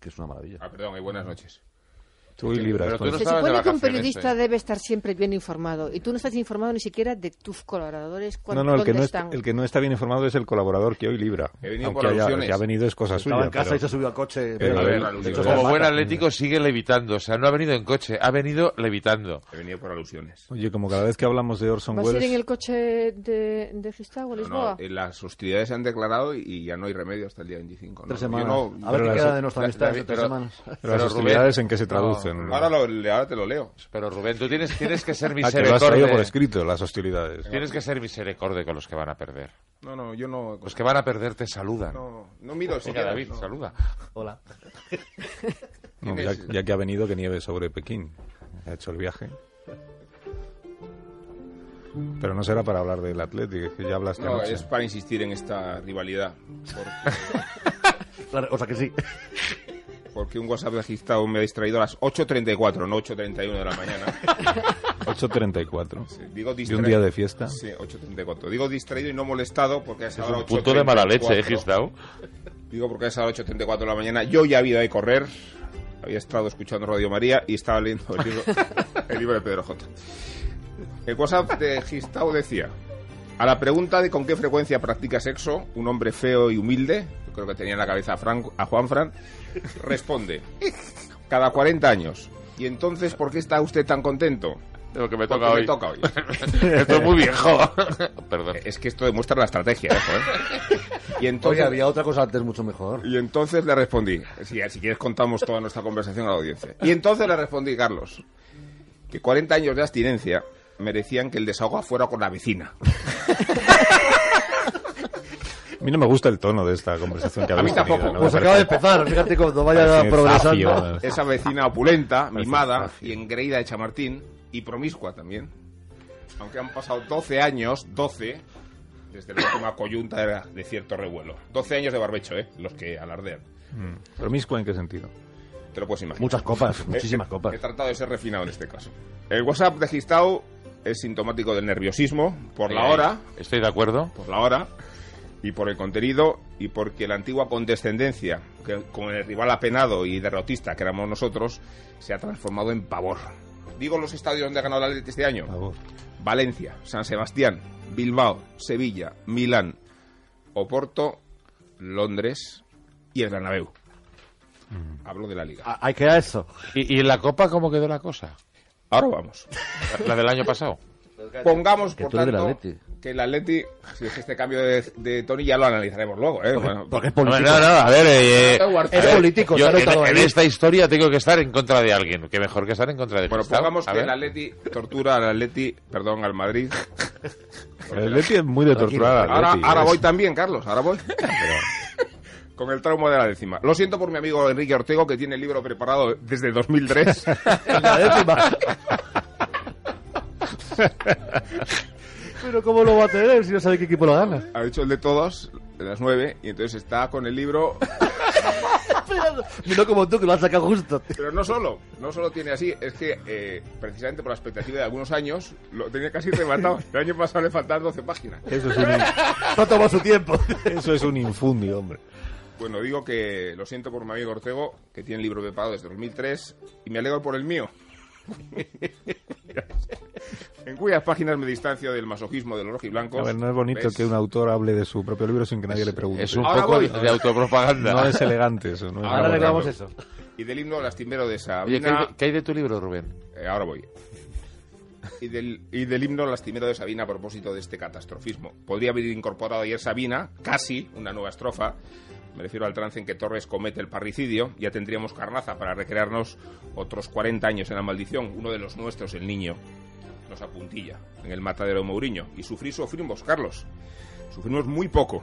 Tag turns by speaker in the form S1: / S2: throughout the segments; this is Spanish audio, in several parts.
S1: que es una maravilla.
S2: Ah, perdón, y buenas noches.
S1: Tú y libras
S2: Pero tú
S1: con
S2: no
S1: eso.
S3: Se
S2: estabas de
S3: supone que un
S2: vacaciones,
S3: periodista
S2: ¿eh?
S3: debe estar siempre bien informado y tú no estás informado ni siquiera de tus colaboradores cuando
S1: No, no, el que
S3: dónde
S1: no, es-
S3: están.
S1: el que no está bien informado es el colaborador que hoy libra.
S2: He venido
S1: Aunque
S2: por
S1: haya-
S2: alusiones.
S1: que ha venido es cosa suya.
S4: Estaba en casa
S1: pero-
S4: y se subió al coche.
S1: pero
S2: Eh, a ver,
S1: él-
S2: la
S1: de
S2: alusión.
S1: hecho,
S2: Como
S1: se
S5: Como
S1: mata.
S5: buen Atlético sigue levitando, o sea, no ha venido en coche, ha venido levitando.
S2: He venido por alusiones.
S1: Oye, como cada vez que hablamos de Orson
S3: ¿Vas a ir en
S1: Welles,
S3: el coche de, de Gistau
S2: No,
S3: a Lisboa?
S2: no, eh, las hostilidades se han declarado y- y ya no hay remedio hasta el día 25. ¿no?
S4: Tres
S2: Yo
S4: semanas.
S2: no-
S4: a ver
S1: pero
S4: qué
S1: las-
S4: queda de nuestra
S2: la-
S4: amistad
S2: la-
S4: en tres
S2: pero-
S4: semanas.
S1: pero las
S5: Rubén-
S1: hostilidades en qué se
S5: No,
S1: traducen.
S2: Ahora lo- le- ahora te lo leo.
S5: Pero Rubén, tú tienes, tienes que ser
S1: Ah, que lo has traído por
S5: misericordia.
S1: escrito, las hostilidades.
S5: Tienes que ser misericordia con los que van a perder.
S2: No, no, yo no.
S5: Los que van a perder te saludan.
S2: No, no miro si
S5: Venga, David,
S2: no.
S5: saluda.
S4: Hola.
S1: No, ya, ya que ha venido, que nieve sobre Pekín. Ha hecho el viaje. Pero no será para hablar del Atlético, es que ya hablaste
S2: No,
S1: anoche.
S2: es para insistir en esta rivalidad. Porque,
S4: Claro, o sea que sí.
S2: porque un WhatsApp de Gistau me ha distraído a las 8.34, no 8.31 de la mañana.
S1: 8.34.
S2: Sí, Digo
S1: Y
S2: distraído.
S1: un día de fiesta.
S2: Sí, 8.34. Digo distraído y no molestado porque es,
S5: Es un punto de mala leche, ¿eh, Gistau?
S2: Digo porque es a las 8.34 de la mañana. Yo ya había ido a correr. Había estado escuchando Radio María y estaba leyendo el libro, el libro de Pedro J. El WhatsApp de Gistau decía... A la pregunta de con qué frecuencia practica sexo, un hombre feo y humilde, yo creo que tenía en la cabeza a, Frank, a Juan Fran, responde, cada 40 años. ¿Y entonces por qué está usted tan contento?
S5: De Lo que me
S2: Porque
S5: toca hoy.
S2: me toca hoy.
S5: Esto es muy viejo. Eh, Perdón.
S2: Es que esto demuestra la estrategia, ¿eh? joder. Y
S4: Oye,
S2: entonces,
S4: había otra cosa antes mucho mejor.
S2: Y entonces le respondí, si, si quieres contamos toda nuestra conversación a la audiencia. Y entonces le respondí, Carlos, que 40 años de abstinencia merecían que el desahogo fuera con la vecina.
S1: A mí no me gusta el tono de esta conversación que
S2: A mí
S1: habéis
S2: tampoco.
S1: tenido, ¿no?
S4: Pues
S1: Me
S4: acaba de
S1: parece-
S4: empezar, fíjate cuando vaya
S1: parece
S4: progresando.
S1: zafio.
S2: Esa vecina opulenta, mimada
S1: fácil.
S2: y engreída de chamartín y promiscua también. Aunque han pasado 12 años, 12, desde la última coyunta era de cierto revuelo. 12 años de barbecho, ¿eh? Los que alardean.
S1: ¿Promiscua en qué sentido?
S2: Te lo puedes imaginar.
S4: Muchas copas, muchísimas
S2: He-
S4: copas.
S2: He tratado de ser refinado en este caso. El WhatsApp de Gistau es sintomático del nerviosismo por la hora,
S5: Estoy de acuerdo.
S2: por la hora y por el contenido y porque la antigua condescendencia que con el rival apenado y derrotista que éramos nosotros se ha transformado en pavor. Digo los estadios donde ha ganado la Atleti este año.
S1: Por favor.
S2: Valencia, San Sebastián, Bilbao, Sevilla, Milán, Oporto, Londres y el Bernabéu. Hablo de la liga.
S4: Ah, Hay que ir a eso.
S5: ¿Y, y en la copa cómo quedó la cosa?
S2: Ahora vamos.
S5: La, la del año pasado.
S2: Pongamos,
S4: Que
S2: por
S4: tú eres
S2: tanto,
S4: del Atleti.
S2: que el Atleti, si es este cambio de, de Tony, ya lo analizaremos luego. ¿eh? Bueno,
S4: Porque es
S5: No, no,
S4: político.
S5: no, a ver. eh,
S2: Está guardado.
S4: Es
S5: a ver,
S4: político,
S5: yo
S4: se ha
S5: en,
S4: notado
S5: en
S4: ahí.
S5: esta historia tengo que estar en contra de alguien. Que mejor que estar en contra de
S2: bueno,
S5: Gistau.
S2: pongamos
S5: A
S2: que
S5: ver.
S2: el Atleti tortura al Atleti, perdón, al Madrid.
S1: El Leti es muy de torturar al
S2: Ahora,
S1: Atleti,
S2: ahora
S1: es-
S2: voy también, Carlos, ahora voy. Con el trauma de la décima. Lo siento por mi amigo Enrique Ortego, que tiene el libro preparado desde 2003.
S4: La décima. Pero ¿cómo lo va a tener si no sabe qué equipo lo gana?
S2: ha hecho el de todos, de las nueve, y entonces está con el libro
S4: Y no como tú, que lo has sacado justo. tío.
S2: Pero no solo, no solo tiene así, es que eh, precisamente por la expectativa de algunos años lo tenía casi rematado. El año pasado le faltaban 12 páginas.
S1: Eso es, un,
S4: No tomado su tiempo.
S1: eso es un infundio, hombre.
S2: Bueno, digo que lo siento por mi amigo Ortego, que tiene el libro preparado desde 2003, y me alegro por el mío. en cuyas páginas me distancio del masojismo de los rojiblancos.
S1: A ver, no es bonito
S2: ¿Ves?
S1: que un autor hable de su propio libro sin que nadie le pregunte.
S5: Es un
S2: Ahora
S5: poco
S2: voy.
S5: de autopropaganda.
S1: No es elegante eso. No es
S4: Ahora
S1: algo
S4: arreglamos
S1: raro.
S4: eso.
S2: Y del himno lastimero de esa
S5: Oye, ¿qué hay, de, qué hay de tu libro, Rubén?
S2: Eh, ahora voy. Y del, y del himno lastimero de Sabina a propósito de este catastrofismo. Podría haber incorporado ayer Sabina, casi, una nueva estrofa. Me refiero al trance en que Torres comete el parricidio. Ya tendríamos carnaza para recrearnos otros 40 años en la maldición. Uno de los nuestros, el niño, nos apuntilla en el matadero de Mourinho. Y sufrí, sufrimos, Carlos. Sufrimos muy poco.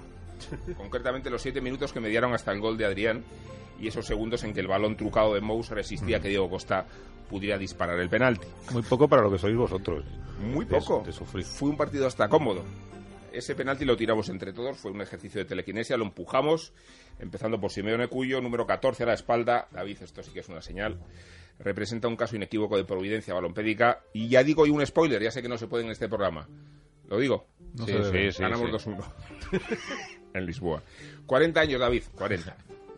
S2: Concretamente los siete minutos que me dieron hasta el gol de Adrián y esos segundos en que el balón trucado de Mous resistía a que Diego Costa pudiera disparar el penalti.
S1: Muy poco para lo que sois vosotros.
S2: Muy
S1: De-
S2: poco.
S1: de sufrir.
S2: Fue un partido hasta cómodo. Ese penalti lo tiramos entre todos, fue un ejercicio de telequinesia, lo empujamos, empezando por Simeone Cuyo, número 14 a la espalda. David, esto sí que es una señal. Representa un caso inequívoco de providencia balompédica. Y ya digo, y un spoiler, ya sé que no se puede en este programa. Lo digo.
S5: Sí, sí, sí, sí.
S2: Ganamos 2-1 en Lisboa. 40 años, David, 40.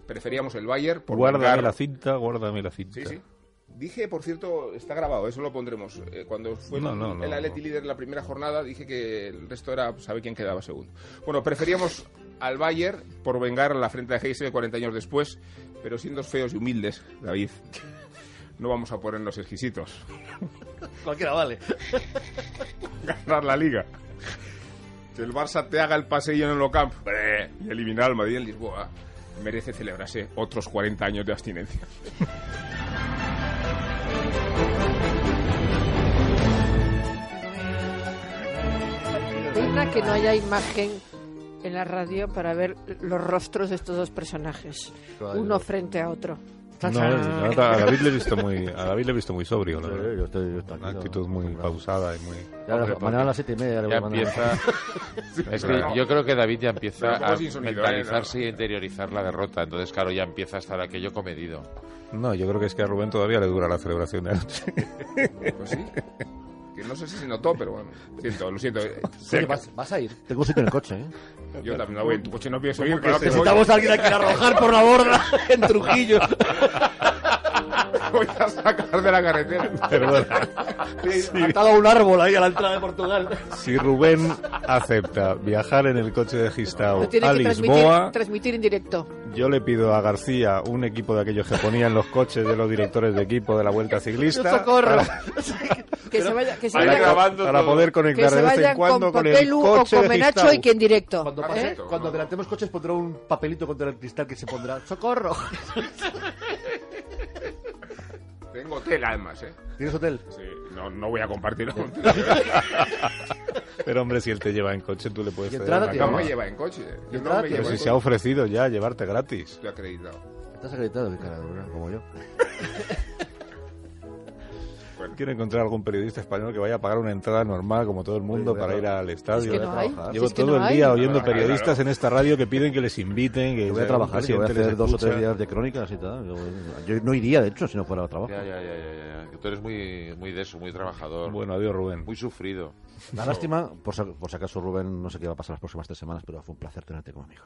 S2: Preferíamos el Bayern por
S1: guárdame
S2: vengar-
S1: la cinta, guárdame la cinta.
S2: Sí, sí. Dije, por cierto, está grabado, eso lo pondremos. Eh, cuando fue
S1: No,
S2: el,
S1: no, no,
S2: el Atleti
S1: no.
S2: E líder en la primera jornada, dije que el resto era sabe quién quedaba segundo. Bueno, preferíamos al Bayern por vengar la frente de Heysel 40 años después, pero siendo feos y humildes, David, no vamos a ponernos exquisitos.
S4: Cualquiera vale.
S2: Ganar la Liga. Que el Barça te haga el paseillo en el Nou Camp ¡breh! y eliminar al Madrid en Lisboa merece celebrarse otros 40 años de abstinencia.
S3: Pena que no haya imagen en la radio para ver los rostros de estos dos personajes, uno frente a otro.
S1: No, a David le he visto muy, a David le he visto muy sobrio, la verdad.
S4: Yo estoy, yo estoy aquí,
S1: Una
S4: no,
S1: actitud muy
S4: no.
S1: pausada y muy...
S4: Ya, mañana a las siete y media le voy
S5: Ya
S4: a mandar.
S5: empieza. Es que
S2: No.
S5: yo creo que David ya empieza
S2: Pero un poco
S5: a
S2: sin sonido, ¿eh?
S5: mentalizarse y interiorizar la derrota. Entonces, claro, ya empieza a estar aquello comedido.
S1: No, yo creo que es que a Rubén todavía le dura la celebración de anoche.
S2: Pues sí. Que no sé si se notó, pero bueno. Siento, lo siento. Eh,
S4: Oye, ¿vas, vas a ir. Tengo sitio en el coche, ¿eh?
S2: Yo también no voy en tu coche, no pienso ir, pero ahora
S4: Necesitamos a alguien a quien arrojar por la borda en Trujillo.
S2: te voy, voy a sacar de la carretera.
S4: Atado a un árbol ahí a la entrada de Portugal.
S1: Si Rubén acepta viajar en el coche de Gistau
S3: Lo tiene
S1: a
S3: que
S1: Lisboa,
S3: transmitir, transmitir en directo.
S1: yo le pido a García un equipo de aquellos que ponían los coches de los directores de equipo de la Vuelta Ciclista
S4: Socorro.
S1: para,
S3: Que se vaya, que se
S1: para-
S3: vaya-
S1: para poder
S3: que
S1: conectar
S3: se
S1: de vez en
S3: vayan
S1: cuando
S3: con
S1: con el
S3: Papelu o
S1: coche
S3: con
S1: de
S3: Menacho
S1: Gistau.
S3: y que en directo.
S4: Cuando,
S3: ¿eh?
S4: pase-
S2: Perfecto,
S4: cuando
S2: no.
S4: adelantemos coches pondrá un papelito contra el cristal que se pondrá. ¡Socorro!
S2: Tengo hotel, además, ¿eh?
S4: ¿Tienes hotel?
S2: Sí, no, no voy a compartirlo contigo.
S1: Pero hombre, si él te lleva en coche, tú le puedes
S4: Y
S1: ceder
S4: entrada,
S1: la
S4: tío.
S2: No
S1: cama.
S2: me lleva en coche. Yo no
S4: Entrate.
S2: me
S1: Pero
S2: llevo
S1: si
S2: en
S1: se ha
S2: coche.
S1: ofrecido ya llevarte gratis.
S2: Estoy acreditado.
S4: Estás acreditado, qué cara de broma, como yo.
S1: Quiero encontrar algún periodista español que vaya a pagar una entrada normal, como todo el mundo,
S4: Sí,
S1: para
S4: claro.
S1: ir al estadio.
S3: que no hay.
S4: trabajar.
S3: Si
S1: Llevo
S3: es que
S1: todo
S3: no
S1: el
S3: hay.
S1: día oyendo
S2: Claro, claro.
S1: periodistas en esta radio que piden que les inviten. Que
S4: Yo voy a
S1: sea,
S4: trabajar,
S1: un
S4: yo voy a
S1: presidente
S4: hacer
S1: les
S4: dos o tres
S1: escucha.
S4: días de crónicas y tal. Yo, yo no iría, de hecho, si no fuera a trabajo.
S5: Ya, ya, ya, ya, ya, ya. Que tú eres muy, muy de eso, muy trabajador,
S1: Bueno, adiós, Rubén.
S5: muy sufrido.
S4: La lástima, por si, por si acaso, Rubén, no sé qué va a pasar las próximas tres semanas, pero fue un placer tenerte como amigo.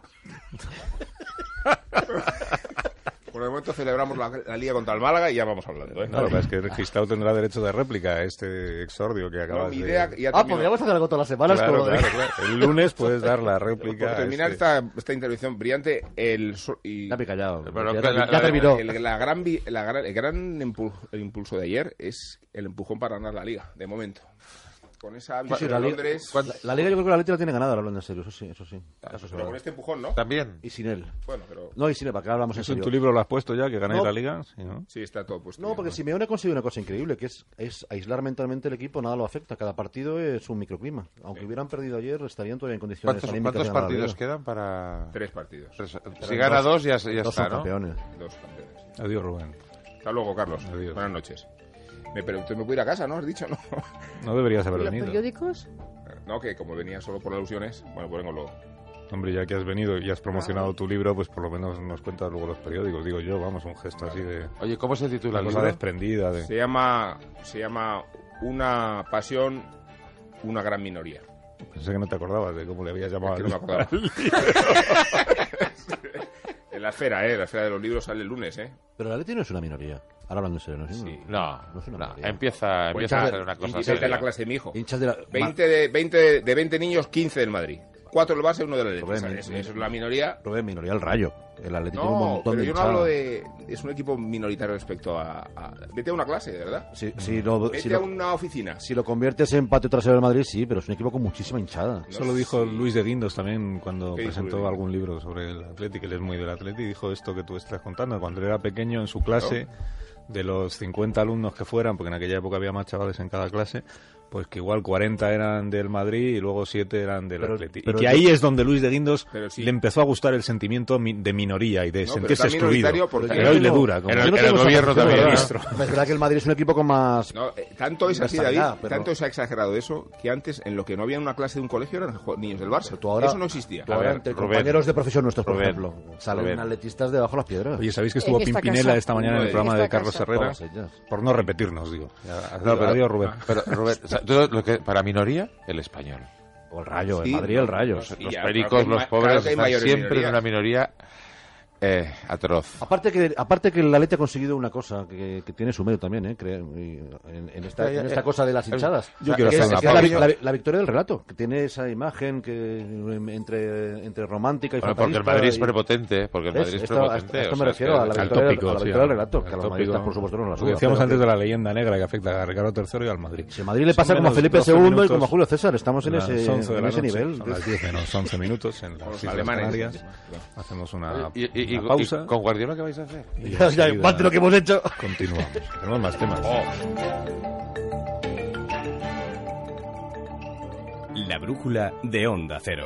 S2: Por el momento celebramos la, la liga contra el Málaga y ya vamos hablando, ¿eh?
S1: Claro, pero es que Registrado tendrá derecho de réplica a este exordio que
S2: No,
S1: acabas
S2: mi
S1: de...
S2: idea ya
S4: Ah,
S2: termino.
S4: podríamos hacer algo todas las semanas.
S1: Claro,
S4: como de-
S1: claro, claro. El lunes puedes dar la réplica.
S2: Por
S1: a
S2: terminar
S1: este-
S2: esta, esta intervención brillante, el, so- y
S4: Ya me he callado.
S5: Bueno,
S4: ya,
S5: que la-
S4: ya
S5: la-
S4: terminó.
S2: el- la gran, vi- la gran- el gran empu- el impulso de ayer es el empujón para ganar la liga, de momento. Con esa
S4: Sí, sí,
S2: visión
S4: la,
S2: de
S4: liga,
S2: Londres,
S4: la, la liga yo creo que la Leti la tiene ganada, hablando en serio, eso sí, eso sí. Ah, Eso
S2: pero
S4: es
S2: con
S4: verdad.
S2: este empujón, ¿no?
S5: También.
S4: Y sin él.
S2: Bueno, pero
S4: No, y sin él, para que hablamos en
S1: ¿Eso en
S4: serio.
S1: tu libro lo has puesto ya, que ganáis
S4: No.
S1: la liga? Sí, ¿no?
S2: sí está todo puesto.
S4: No, porque Simeone ha conseguido una cosa increíble, que es, es aislar mentalmente el equipo, nada lo afecta. Cada partido es un microclima. Aunque hubieran perdido ayer, estarían todavía en condiciones
S5: ¿Cuántos,
S4: anímicas
S5: cuántos
S4: de ganar la
S5: partidos
S4: liga.
S5: quedan para...?
S2: Tres partidos.
S5: Tres- Si gana dos, ya, ya
S4: Dos
S5: está,
S4: son
S5: ¿no?
S4: campeones.
S2: Dos campeones.
S1: Adiós, Rubén.
S2: Hasta luego, Carlos.
S1: Adiós.
S2: Buenas noches. Me pregunté, ¿me puedo ir a casa, no? ¿Has dicho? No,
S1: No deberías
S3: ¿Y
S1: haber
S3: los
S1: venido.
S3: periódicos?
S2: no que como venía solo por alusiones, bueno, pues vengo luego.
S1: Hombre, ya que has venido y has promocionado tu libro, pues por lo menos nos cuentas luego los periódicos. Digo yo, vamos, un gesto así de...
S5: Oye, ¿cómo se
S1: Una
S5: titula el
S1: cosa
S5: libro?
S1: desprendida de...
S2: Se llama, se llama Una pasión, una gran minoría.
S1: Pensé que no te acordabas de cómo le habías llamado.
S2: Es que no me acordaba. en la esfera, ¿eh? La esfera de los libros sale el lunes, ¿eh?
S4: Pero la Leti no es una minoría. Ahora hablando en serio, ¿no?
S2: Sí.
S5: No,
S4: No es una
S5: no,
S4: barbaridad.
S5: empieza,
S2: Pues
S5: empieza a
S2: ya,
S5: hacer una cosa
S2: indícate
S5: seria.
S2: la clase de mi hijo.
S4: Hinchas de la...
S2: 20 de, 20 de, de 20 niños, 15 del Madrid. 4 del Barça y 1 del Atlético.
S4: Joder,
S2: O sea,
S4: mi-
S2: es-
S4: mi-
S2: Eso es la minoría.
S4: Rubén, minoría al rayo. El Atleti tiene un
S2: No,
S4: montón
S2: pero
S4: de
S2: yo no
S4: hinchada.
S2: hablo de... Es un equipo minoritario respecto a... a- Vete a una clase, de verdad.
S4: Si, si lo, si,
S2: Vete a
S4: lo,
S2: una oficina.
S4: si lo conviertes en patio trasero del Madrid, sí, pero es un equipo con muchísima hinchada.
S1: Eso lo dijo Luis de Guindos también cuando
S2: ¿Qué dijo
S1: presentó
S2: Luis de
S1: algún libro sobre el Atleti, que él es muy del Atleti, y dijo esto que tú estás contando. Cuando él era pequeño en su clase, de los 50 alumnos que fueran, porque en aquella época había más chavales en cada clase, pues que igual 40 eran del Madrid y luego 7 eran del
S4: Pero-
S1: Atleti.
S4: pero
S1: y que
S4: yo-
S1: ahí es donde Luis de Guindos
S2: Pero sí.
S1: le empezó a gustar el sentimiento mi- de minoría y de
S2: No,
S1: sentirse
S2: pero está minoritario
S1: excluido.
S2: porque-
S1: Pero hoy le dura. como-
S5: En el-
S4: Yo no
S5: en
S4: tengo esa
S5: gobierno
S4: percepción,
S5: también,
S4: ¿verdad? Es verdad que el Madrid es un equipo con más...
S2: No, eh, tanto es así, David,
S4: Bastante, pero-
S2: tanto se ha exagerado eso, que antes en lo que no había una clase de un colegio eran jo- niños del Barça.
S4: Pero tú ahora-
S2: eso no existía.
S4: tú
S5: A
S4: ahora
S5: ver,
S4: entre
S5: Rubén.
S4: compañeros de profesión nuestros, por
S5: Rubén.
S4: ejemplo, salen
S5: Rubén.
S4: atletistas debajo de las piedras.
S1: Oye, ¿sabéis que
S3: En
S1: estuvo
S3: esta
S1: Pimpinela
S3: casa.
S1: esta mañana en el
S2: En
S1: programa
S3: esta
S1: de Carlos
S3: casa.
S1: Herrera?
S4: Todas ellas.
S1: Por no repetirnos, digo.
S5: No, pero-
S1: Adiós, Rubén.
S5: Pero, Rubén, o sea, todo lo que- para minoría, el español.
S4: O el Rayo,
S2: Sí.
S4: el Madrid el Rayo.
S2: Sí.
S5: Los
S2: ya, claro
S5: pericos,
S2: que hay
S5: los
S2: ma-
S5: pobres,
S2: claro que hay
S5: están
S2: mayores
S5: siempre en
S2: minorías.
S5: una minoría eh, atroz.
S4: Aparte que, aparte que el Atleti ha conseguido una cosa que, que tiene su medio también, ¿eh? Cre- y- en, en esta, en esta cosa de las hinchadas.
S5: Yo quiero
S4: Que es-
S5: hacer una
S4: que es la, vi-
S5: pausa.
S4: la- la victoria del relato, que tiene esa imagen que em, entre, entre romántica y
S5: Bueno, porque el
S4: fatalista
S5: Madrid es
S4: y-
S5: prepotente, porque el
S4: ¿Ves?
S5: Madrid es
S4: Esto- a-
S5: prepotente.
S4: a esto
S5: o
S4: me
S5: sea, es
S4: refiero
S5: que-
S4: a la
S1: Al
S4: victoria del-
S1: tópico,
S4: a la
S1: sí,
S4: victoria
S1: al-
S4: del relato, que
S1: al
S4: a los
S1: tópico.
S4: madridistas, por supuesto, no la
S1: Lo que
S4: suda,
S1: decíamos
S4: pero
S1: antes
S4: que-
S1: de la leyenda negra que afecta a Ricardo III y al Madrid.
S4: Si el Madrid le pasa
S1: Son
S4: como a
S1: menos
S4: Felipe
S1: 12
S4: II y
S1: minutos
S4: como a Julio César, estamos en
S1: las
S4: ese,
S1: 11 de
S4: en
S1: la
S4: ese
S1: noche,
S4: nivel.
S1: A las 10 menos 11 minutos en las
S2: Los
S1: Islas
S2: alemanes.
S1: Canarias. Hacemos una,
S5: Y, y- y-
S1: una pausa.
S5: y con Guardiola qué vais a hacer?
S1: y
S4: Ya, ya,
S1: enseguida
S4: más de lo que hemos hecho.
S1: Continuamos. Tenemos más temas.
S6: La brújula de Onda Cero.